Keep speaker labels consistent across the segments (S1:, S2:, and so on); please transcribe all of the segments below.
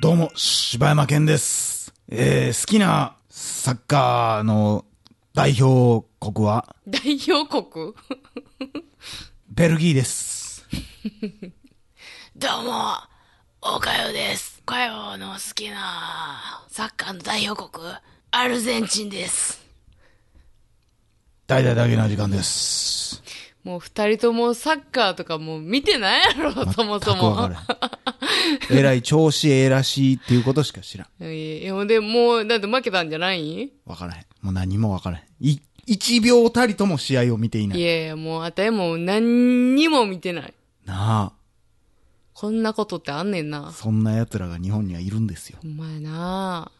S1: どうも、柴山健です。えー、好きなサッカーの代表国は
S2: 代表国
S1: ベルギーです。
S2: どうも、おかよです。おかよの好きなサッカーの代表国、アルゼンチンです。
S1: 大々だけの時間です。
S2: もう二人ともサッカーとかもう見てないやろ、 そもそ
S1: 全くわ
S2: も
S1: か。らん。えらい調子ええらしいっていうことしか知らん。
S2: いや、ほんで、もう、だって負けたんじゃない
S1: わからへん。もう何もわからへん。い、一秒たりとも試合を見ていないい。
S2: やいや、もう、あたいもう何にも見てない。
S1: な
S2: こんなことってあんねんな
S1: あ、。そんな奴らが日本にはいるんですよ。
S2: ほんまやな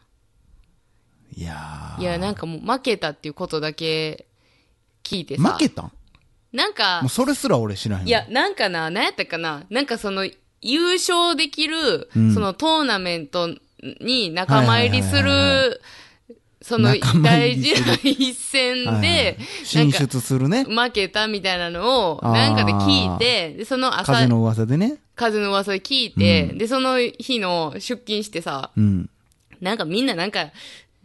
S2: い
S1: やー。
S2: いや、なんかもう負けたっていうことだけ聞いてさ。
S1: 負けたん
S2: なんか
S1: もう、それすら俺知らへん。
S2: いや、、なんかな、なんやったかな、なんかその、優勝できる、
S1: うん
S2: そのトーナメントに仲間入りす
S1: はいはいはいは
S2: る、その
S1: 仲間入
S2: 大
S1: り
S2: 事
S1: する
S2: な一戦で、
S1: 進出するね。
S2: 負けたみたいなのを、
S1: あー
S2: なんかで聞いて、で、その朝、
S1: 風の噂でね。
S2: 風の噂で聞いて、
S1: うん
S2: で、その日の出勤してさ、
S1: うん。
S2: なんかみんななんか、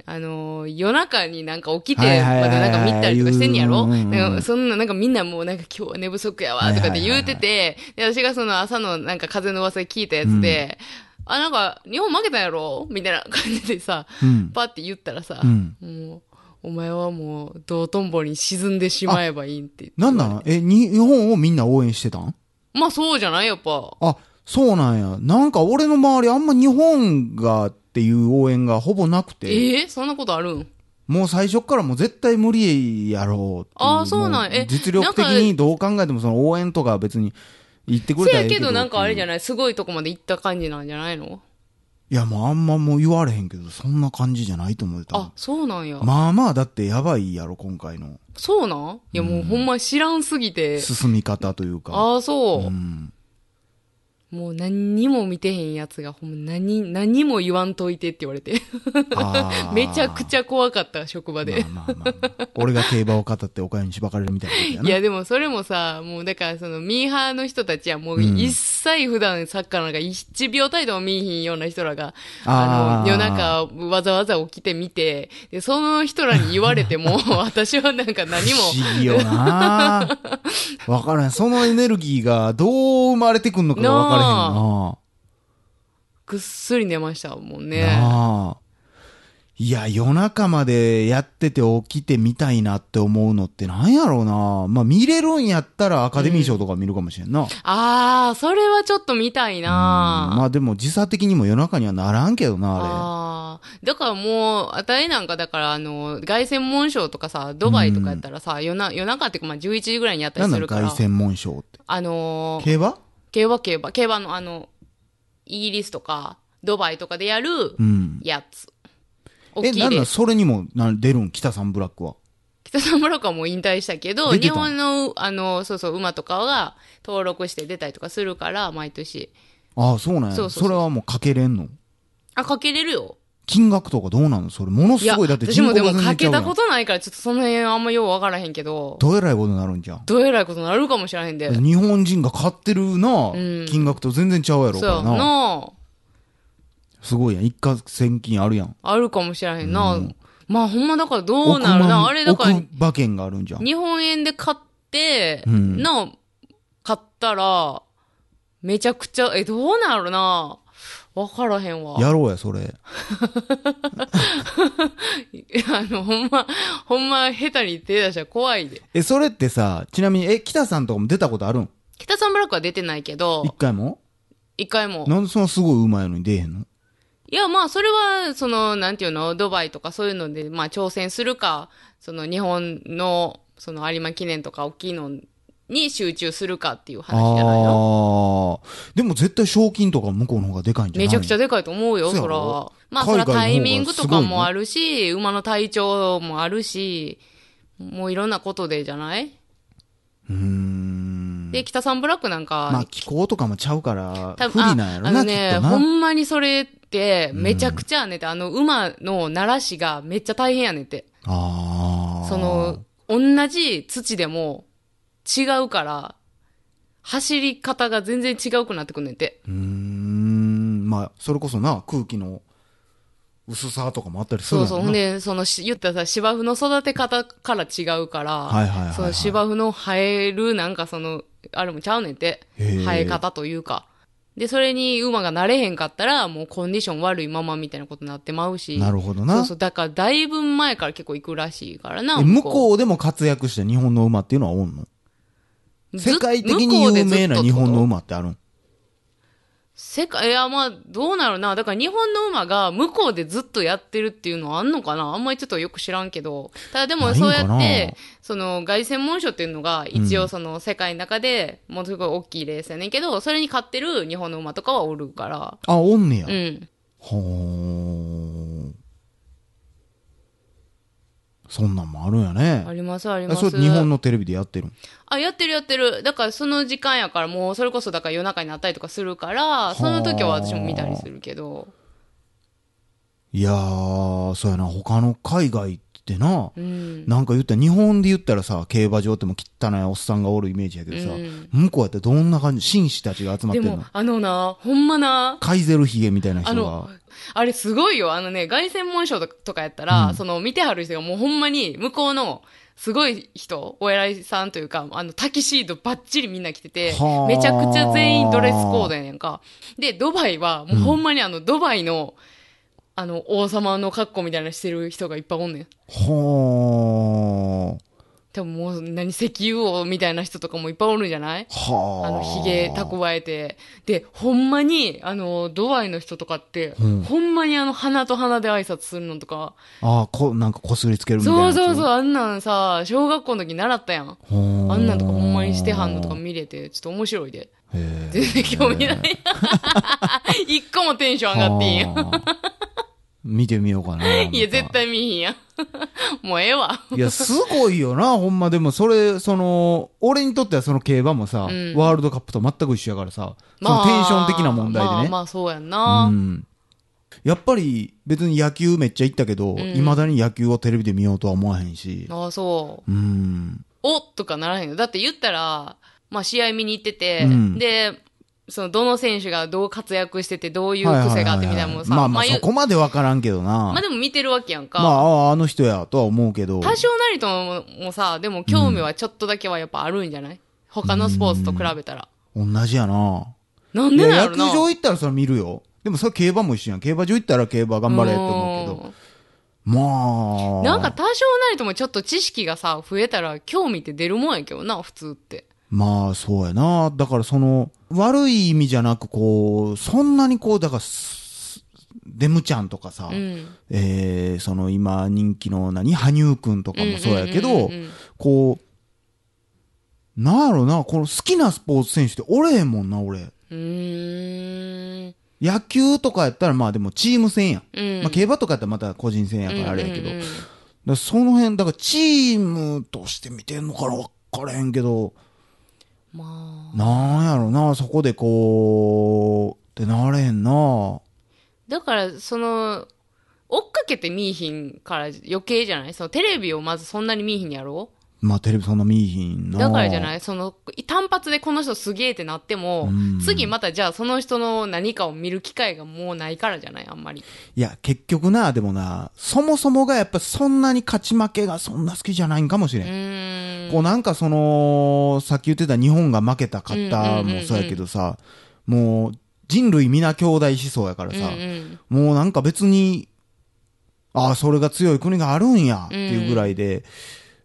S2: あのー夜中になんか起きて、
S1: はいはいはい
S2: ま
S1: はい
S2: だなんか見たりとかしてんやろ
S1: うんうんうん
S2: なんかそんななんかみんなもうなんか今日は寝不足やわとかって言うてて、で、私がその朝のなんか風の噂で聞いたやつで、あ、なんか日本負けたんやろみたいな感じでさ、
S1: うん。
S2: パって言ったらさ、
S1: うん
S2: もう、お前はもう道頓堀に沈んでしまえばいいって
S1: なんなんえ、に日本をみんな応援してたん
S2: まあそうじゃないやっぱ。
S1: あ、そうなんや。なんか俺の周りあんま日本がっていう応援がほぼなくて、
S2: えーそんなことあるん
S1: もう最初からもう絶対無理やろうってい
S2: あーそうなんや
S1: も
S2: え
S1: 実力的
S2: なん
S1: にどう考えてもその応援とか別に言ってくれ
S2: せ
S1: たらえ
S2: や
S1: え
S2: けどなんかあれじゃ
S1: ない
S2: ないすごいとこまで行った感じなんじゃないの
S1: いやもうあんまもう言われへんけど、そんな感じじゃないと思って
S2: あ
S1: た。、
S2: そうなんや。
S1: まあまあだってやばいやろ、今回の
S2: そうなんいやもうほんま知らんすぎて。
S1: 進み方というか。
S2: ああ、そう、
S1: うん。
S2: もう何にも見てへんやつが、ほんま何、何も言わんといてって言われて。 めちゃく
S1: ゃ
S2: ちゃ怖かった、職場で。
S1: まあまあまあまあ俺が競馬を語ってお金にしばかれるみたいなことや
S2: い
S1: な。
S2: や、でもそれもさ、もうだからそのミーハーの人たちはもう
S1: うん
S2: 一切普段サッカーなんか一秒態度も見えひんような人らが、
S1: あー
S2: あの、夜中わざわざ起きてみて、で、その人らに言われ ても、私はなんか何も、
S1: 不思議よなわからへん。そのエネルギーがどう生まれてくんのかがわからへんな
S2: ぐっすり寝ましたも
S1: な
S2: ん ね。
S1: あいや、夜中までやってて起きてみたいなって思うのってなんやろうなまあ見れるんやったらアカデミー賞とか見るかもしれんな。
S2: あー、それはちょっと見たいな
S1: うんまあでも時差的にも夜中にはならんけどな、あ
S2: ああ。だからもう、あたりなんか、だから、あの、凱旋門賞とかさ、ドバイとかやったらさ、夜な夜中っていうか、まあ、11時ぐらいにやっ
S1: れ。
S2: た
S1: な
S2: り
S1: んな
S2: す
S1: の
S2: るか
S1: 凱
S2: ら。
S1: 旋門賞って。
S2: あのー
S1: 競馬
S2: 競馬競馬、競馬のあの、イギリスとか、ドバイとかでやる
S1: うん。
S2: やつ。
S1: え、
S2: 大き
S1: ないんな
S2: で
S1: ん
S2: す。
S1: それにもな出るん北さんブラックは。
S2: 北さん村岡も引退したけど、
S1: 出て
S2: 日
S1: たん
S2: 本の、あの、そうそう、馬とかが登録して出たりとかするから、毎年。
S1: ああ、そうなんや。
S2: そうそうそう
S1: それはもうかけれんの
S2: あ、かけれるよ。
S1: 金額とかどうなのそれ、ものす
S2: いや、
S1: ごい、だって
S2: 私
S1: 人
S2: も
S1: 口
S2: で
S1: が
S2: もか
S1: 全然ちゃ
S2: け
S1: うや
S2: た
S1: ん
S2: こ。とないから、ちょっとその辺あんまようわからへんけど。
S1: どえらいことになるんじゃん。
S2: どえらいことなるかもしれへんで。
S1: 日本人が買ってるな、
S2: うん
S1: 金額と全然ちゃうやろう
S2: そ
S1: か
S2: う
S1: ら
S2: や
S1: な。
S2: な。
S1: すごいやん。一攫千金あるやん。
S2: あるかもしれへんな。
S1: うん
S2: まあほんまだからどうなる
S1: 億万
S2: な。あれだから
S1: 億馬券があるんじゃん。
S2: 日本円で買って、
S1: うん
S2: な、買ったら、めちゃくちゃ、え、どうなるな。わからへんわ。
S1: やろうや、それ。
S2: あの、ほんま、ほんま下手に手出したら怖いで。
S1: え、それってさ、ちなみに、え、北さんとかも出たことあるん
S2: 北サンブラックは出てないけ
S1: 一
S2: ど、
S1: 回も
S2: 一回も。
S1: なんでそのすごい上手いのに出えへんの
S2: いや、まあ、それは、その、なんていうの、ドバイとかそういうので、まあ、挑戦するか、その、日本の、その、有馬記念とか大きいのに集中するかっていう
S1: ああ
S2: 話じゃないの
S1: ー。でも絶対賞金とか向こうの方がでかいんじゃない
S2: めちゃくちゃ
S1: ゃ。
S2: でかいと思うよ、
S1: そうや
S2: そら
S1: ろ。
S2: まあ、そ
S1: 海
S2: ら
S1: 外の方が
S2: タイミングとか
S1: すごいの
S2: もあるし、馬の体調もあるし、もういろんなことでじゃない、
S1: うーん。
S2: で、北三ブラックなんか、
S1: まあ気候とかもちゃうから、
S2: 多
S1: 不
S2: 分
S1: 利なんやろ
S2: あ
S1: な、
S2: の
S1: き
S2: ね、
S1: っと
S2: ほ
S1: な。
S2: んまにそれって、めちゃくちゃやねって、あの、馬の鳴らしがめっちゃ大変やねって。
S1: ああ。
S2: その、同じ土でも違うから、走り方が全然違うくなってくんねんて。
S1: うーん、まあ、それこそな、空気の薄さとかもあったりする
S2: そ
S1: もな
S2: うんそう。ほんで、そのし、言ったらさ、芝生の育て方から違うから、
S1: はいはいはいはい
S2: その芝生の生える、なんかその、あれもちゃうねんて。
S1: へー
S2: 生え方というか。で、それに馬が慣れへんかったら、もうコンディション悪いままみたいなことになってまうし。
S1: なるほどな
S2: そうそう。だから、だいぶ前から結構行くらしいからな。
S1: え向
S2: う。
S1: こうでも活躍した日本の馬っていうのはおんの
S2: ずっ
S1: 世界的に有名な日本の。
S2: 向こうでずっとってこと
S1: 馬ってあるん
S2: 世界、いや、まあ、どうなるな。だから日本の馬が向こうでずっとやってるっていうのはあんのかなあんまりちょっとよく知らんけど。ただでもそうや
S1: ない
S2: っ
S1: んかな
S2: て、その外専門賞っていうのが一応その世界の中でものすごい大きいレースやねんけど、それに勝ってる日本の馬とかはおるから。
S1: あ、おんねや。
S2: うん。
S1: ほー。そんなんもあるんやね
S2: あ。りますあり
S1: え
S2: ます。
S1: それ日本のテレビでやってるん
S2: あ、やってるやってる。だからその時間やからもうそれこそだから夜中になったりとかするから、その時は私も見たりするけど。
S1: いやー、そうやな、他の海外ってな、
S2: うん。
S1: なんか言ったら日本で言ったらさ、競馬場っても汚いおっさんがおるイメージやけどさ、
S2: うん
S1: 向こうやってどんな感じ、紳士たちが集まっ
S2: で
S1: てん
S2: も
S1: の、
S2: あのな、ほんまな、
S1: カイゼルヒゲみたいな
S2: あ
S1: 人
S2: の
S1: が。、
S2: あれすごいよ。あのね、外専門賞とかとかやったら、その見てはる人がもうほんまに向こうのすごい人、お偉いさんというか、あの、タキシードばっちりみんな着てて
S1: はあ、
S2: めちゃくちゃ全員ドレスコードやねんか。で、ドバイはもうほんまにあの、ドバイの、あの、王様の格好みたいなのしてる人がいっぱいおんねん。
S1: ほー。
S2: 多分もう何石油王みたいな人とかもいっぱいおるんじゃない
S1: はー。
S2: あの、ひげ蓄えて。で、ほんまに、あの、ドバイの人とかって、
S1: うん
S2: ほんまにあの、鼻と鼻で挨拶するのとか。
S1: あーこ、なんかこすりつけるみたいな
S2: そ
S1: や
S2: う
S1: つ。
S2: そうそう、あんなんさ、小学校の時習ったやん。
S1: ほー
S2: あんなんとかほんまにしてはんのとか見れて、ちょっと面白いで。
S1: へ
S2: 全然興 味ない。一個もテンション上がっていいやん。
S1: はー見てみようかな。
S2: いや、絶対見ひんやん。 もうええわ。
S1: いや、すごいよな、ほ んま。でも、それ、その、俺にとってはその競馬もさ、
S2: うん
S1: ワールドカップと全く一緒やからさ、そのテンション的な問題で
S2: まあ
S1: ね。
S2: まあ、そうやんな
S1: う。ん。やっぱり、別に野球めっちゃ行ったけど、
S2: ん
S1: 未だに野球をテレビで見ようとは思わへんし。
S2: ああ、そう。
S1: うん。
S2: おっとかならへんよ。だって言ったら、まあ試合見に行ってて、
S1: うん
S2: で、そのどの選手がどう活躍してて、どういう
S1: はいはいは
S2: 癖
S1: い
S2: があ
S1: は
S2: っ
S1: い
S2: てみたいなもんさ、
S1: まあまあ、
S2: 言
S1: そうこまでわからんけどな。
S2: まあでも見てるわけやんか。
S1: まあ、ああの人やとは思うけど。
S2: 多少なりとももさ、でも興味はちょっとだけはやっぱあるんじゃない他のスポーツと比べたら。
S1: 同じやな。
S2: なんで
S1: いや
S2: なんやろ
S1: 野球
S2: な。
S1: 場行ったらそれ見るよ。でもそれ競馬も一緒やん。競馬場行ったら競馬頑張れと思うけど。
S2: うん
S1: まあ。
S2: なんか多少なりともちょっと知識がさ、増えたら興味って出るもんやけどな、普通って。
S1: まあ、そうやな。だからその、悪い意味じゃなく、こう、そんなにこう、だからす、デムちゃんとかさ、
S2: うん。
S1: えー、その今人気の何、羽生くんとかもそうやけ
S2: うんうんう
S1: ど
S2: んうんうん、
S1: こう、なんやろな、この好きなスポーツ選手っておれへんもんな、俺。
S2: うーん。
S1: 野球とかやったらまあでもチーム戦やん。
S2: うん
S1: まあ競馬とかやったらまた個人戦やからあれやけど。
S2: うんうんうん
S1: だからその辺、だからチームとして見てんのかな分からへんけど、
S2: まあ。
S1: なんやろな、そこでこう、ってなれへんな。
S2: だから、その、追っかけて見いひんから余計じゃないそのテレビをまずそんなに見いひんやろ
S1: まあテレビそんな見いひんな。
S2: だからじゃないいその、単発でこの人すげえってなっても
S1: うん、
S2: 次またじゃあその人の何かを見る機会がもうないからじゃないあんまり。
S1: いや、結局な、でもな、そもそもがやっぱそんなに勝ち負けがそんな好きじゃないんかもしれ。
S2: うんーん。
S1: こうなんかその、さっき言ってた日本が負けた、勝った
S2: うんうんうんうん
S1: もそうやけどさ、もう人類皆兄弟思想やから
S2: うん
S1: さ、
S2: うん
S1: もうなんか別に、ああ、それが強い国があるんや、っていうぐらいで、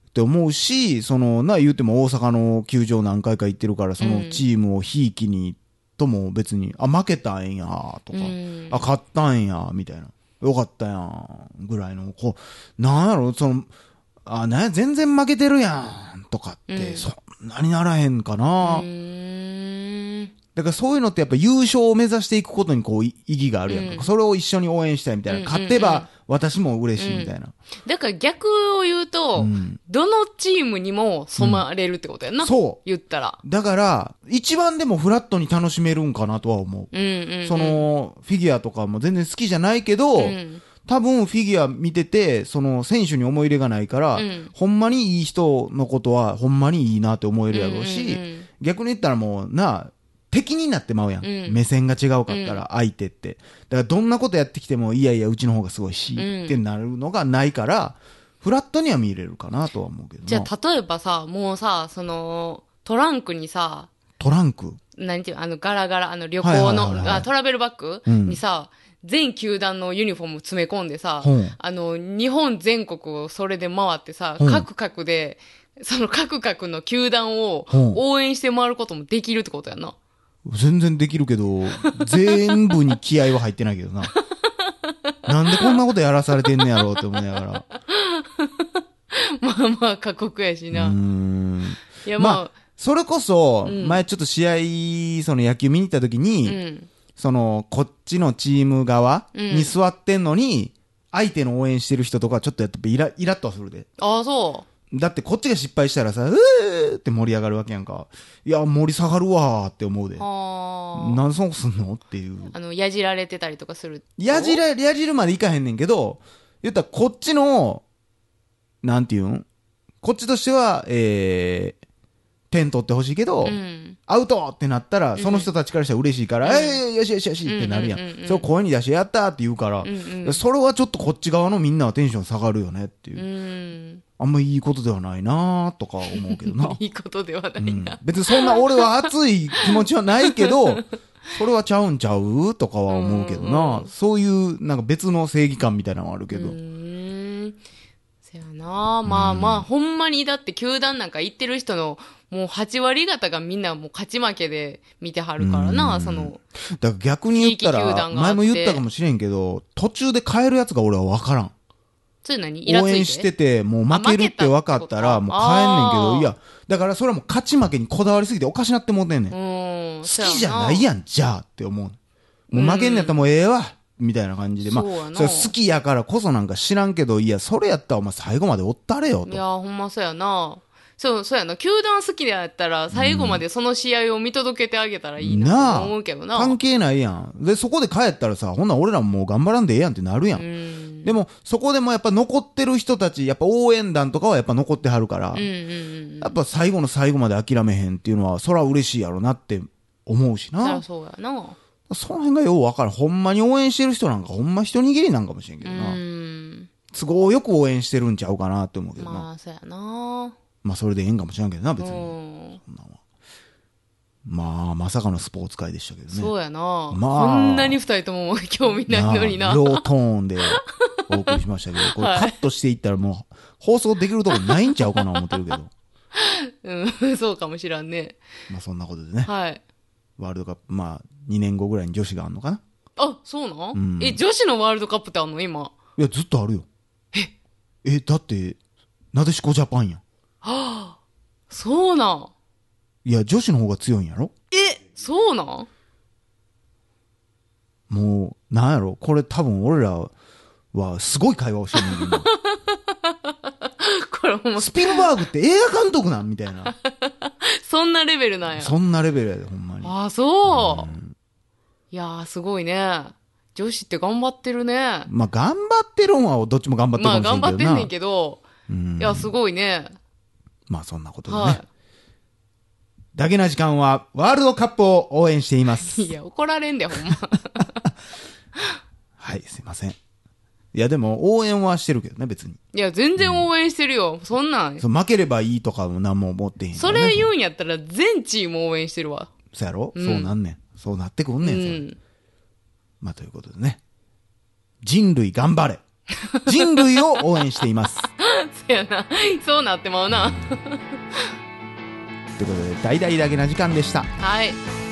S1: って思うし、その、な、言うても大阪の球場何回か行ってるから、そのチームをひいきに、とも別に、あ、負けたんや、とか、
S2: うん
S1: あ、勝ったんや、みたいな。よかったやん、ぐらいの、こう、なんやろ、その、あ、ね、全然負けてるやん、とかって、
S2: うん
S1: そんなにならへんかな。
S2: うーん。
S1: だからそういうのってやっぱ優勝を目指していくことにこうい意義があるやんか、
S2: うん
S1: それを一緒に応援したいみたいな、
S2: うんうんうん
S1: 勝てば私も嬉しいみたいな、
S2: だから逆を言うと、
S1: うん
S2: どのチームにも染まれるってことやな。
S1: そ
S2: 言ったら。
S1: うだから一番でもフラットに楽しめるんかなとは思
S2: うんうんうん、
S1: う、そのフィギュアとかも全然好きじゃないけど、
S2: うん
S1: 多分フィギュア見ててその選手に思い入れがないから、
S2: うん
S1: ほんまにいい人のことはほんまにいいなって思えるやろうし、
S2: うんうんうん
S1: 逆に言ったらもうな敵になってまうやん、
S2: うん
S1: 目線が違うかったら相手って、だからどんなことやってきてもいやいやうちの方がすごいし、
S2: うん
S1: ってなるのがないからフラットには見れるかなとは思うけどな
S2: じゃあ、例えばさ、もうさ、その、トランクにさ、
S1: トランク
S2: なんていうのあの、ガラガラ、あの、旅
S1: は
S2: 行
S1: い
S2: の、
S1: はいはいはい
S2: あトラベルバッグ
S1: うん
S2: にさ、全球団のユニフォーム詰め込んでさ、
S1: ほう
S2: あの、日本全国をそれで回ってさ、
S1: ほう
S2: 各々で、その各々の球団を
S1: ほう
S2: 応援して回ることもできるってことやな。
S1: 全然できるけど全部に気合は入ってないけどななんでこんなことやらされてんねやろうって思いながら
S2: まあまあ、過酷やしな。
S1: うーん
S2: いや、
S1: ま
S2: ま
S1: あそれこそ、
S2: うん
S1: 前ちょっと試合その野球見に行った時
S2: あ、
S1: に、
S2: うん。
S1: そのこっちのチーム側
S2: うん
S1: に座ってんのに、相手の応援してる人とかちょっとやっぱイライラッとはするで
S2: ああ、そ
S1: だってこっちが失敗したらさ「うー!」って盛り上がるわけやんかいや盛り下がるわーって思うで
S2: う。ああ。
S1: 何そうすんのっていう
S2: あの、やじられてたりとかする。
S1: やじらやじるまでいかへんねんけど言ったらこっちのなんていうんこっちとしてはえー、点取ってほしいけど、
S2: うん。
S1: アウトってなったら、その人たちからしたら嬉しいから、えー、よしよしよしってなるやん。
S2: うんうんうんうん
S1: それを声に出して、やったーって言うから、
S2: うんうん
S1: それはちょっとこっち側のみんなはテンション下がるよねっていうう。
S2: ん。
S1: あんまいいことではないなーとか思うけどな。
S2: いいことではな
S1: う
S2: い
S1: ん
S2: な。、
S1: 別にそんな俺は熱い気持ちはないけ ど、それはちゃうんちゃうとかは思うけどな、
S2: うんうん
S1: そういうなんか別の正義感みたいなのはあるけど。
S2: うーんせやなまあまあ、ほんまにだって球団なんか行ってる人のもう8割方がみんなもう勝ち負けで見てはるからな、
S1: うん
S2: その、
S1: だから逆に言った
S2: 地域球
S1: ら、
S2: 団があっ
S1: 前
S2: て
S1: も言ったかもしれんけど、途中で変えるやつが俺は分からん。
S2: それ何イラつい
S1: 応
S2: て
S1: 援してて、もう負けるって分かった
S2: あ
S1: ら、
S2: 負け
S1: もう
S2: た
S1: 変えんねんけど、い
S2: あ
S1: や、だからそれはもう勝ち負けにこだわりすぎておかしなってもうてんねん。好
S2: うん。
S1: き
S2: せや
S1: じゃないやん、じゃあって思う。もう負けんねやったらもうええわ、みたいな感じで。まあ、
S2: そうやな
S1: それは好きやからこそなんか知らんけど、いや、それやったらお前最後までおったれよ、
S2: いや
S1: と。、
S2: ほんまそうやなそう、そうやな。球団好きでやったら、最後までその試合を見届けてあげたらいい
S1: な
S2: な
S1: あ
S2: と思うけどな。
S1: 関係ないやん。で、そこで帰ったらさ、ほんなら俺らももう頑張らんでええやんってなるやん。
S2: うん。
S1: でも、そこでもやっぱ残ってる人たち、やっぱ応援団とかはやっぱ残ってはるから、
S2: うんうんうん。
S1: やっぱ最後の最後まで諦めへんっていうのは、そら嬉しいやろなって思うし
S2: そり
S1: な
S2: ゃ。そうやな
S1: その辺がようわからん。ほんまに応援してる人なんかほんま一握りなんかもしれんけど
S2: う
S1: な。
S2: ん。
S1: 都合よく応援してるんちゃうかなって思うけどな。まあ、
S2: まあ、そうやな
S1: それでええんかもしれんけどな、
S2: う
S1: 別に。
S2: ん。
S1: まあ、まさかのスポーツ界でしたけどね。
S2: そうやな、
S1: まあ
S2: こんなに二人とも興味ないのにな。
S1: ロートーンでお送りしましたけ ど、これ
S2: はい
S1: カットしていったらもう放送できるとこないんちゃうかな思ってるけど。
S2: うん、 そうかもしらんね。
S1: まあそんなことでね。
S2: はい。
S1: ワールドカップ、まあ2年後ぐらいに女子があんのかな
S2: あ、そうなん、
S1: うん
S2: え、女子のワールドカップってあんの今。
S1: いや、ずっとあるよ。ええ、だって、なでしこジャパンやん。
S2: そうなん
S1: いや、女子の方が強いんやろ
S2: え、そうなん
S1: もう、なんやろこれ多分俺らはすごい会話をしてるん だけど
S2: これほんま
S1: 今、、スピルバーグって映画監督なんみたい な。
S2: そんなレベルなんや。
S1: そんなレベルやで、ほんまに。
S2: あ、そう、いやー、すごいね。女子って頑張ってるね。
S1: まあ、頑張ってるんはどっちも頑張ってる
S2: ま
S1: か
S2: あ、
S1: もしれんけど
S2: 頑張って
S1: な。
S2: んねんけど。
S1: うん
S2: いや、すごいね。
S1: まあ、そんなことでね。
S2: は
S1: だけな時間は、ワールドカップを応援していま
S2: い。
S1: す。
S2: いや、怒られんで、ほんま。
S1: はい、すいません。いや、でも、応援はしてるけどね、別に。
S2: いや、全然応援してるよ。そんなん。
S1: そう負ければいいとかも何も思ってへんか
S2: そ
S1: らね、
S2: れ言うんやったら、全チーム応援してるわ。
S1: そうやろ、
S2: うん
S1: そうなんねん。そうなってくん
S2: う
S1: ねん、それ
S2: ん。
S1: まあ、ということでね。人類頑張れ。人類を応援しています。
S2: せやな。 そうなってまうな。
S1: ということで、大々だけな時間でした。
S2: はい。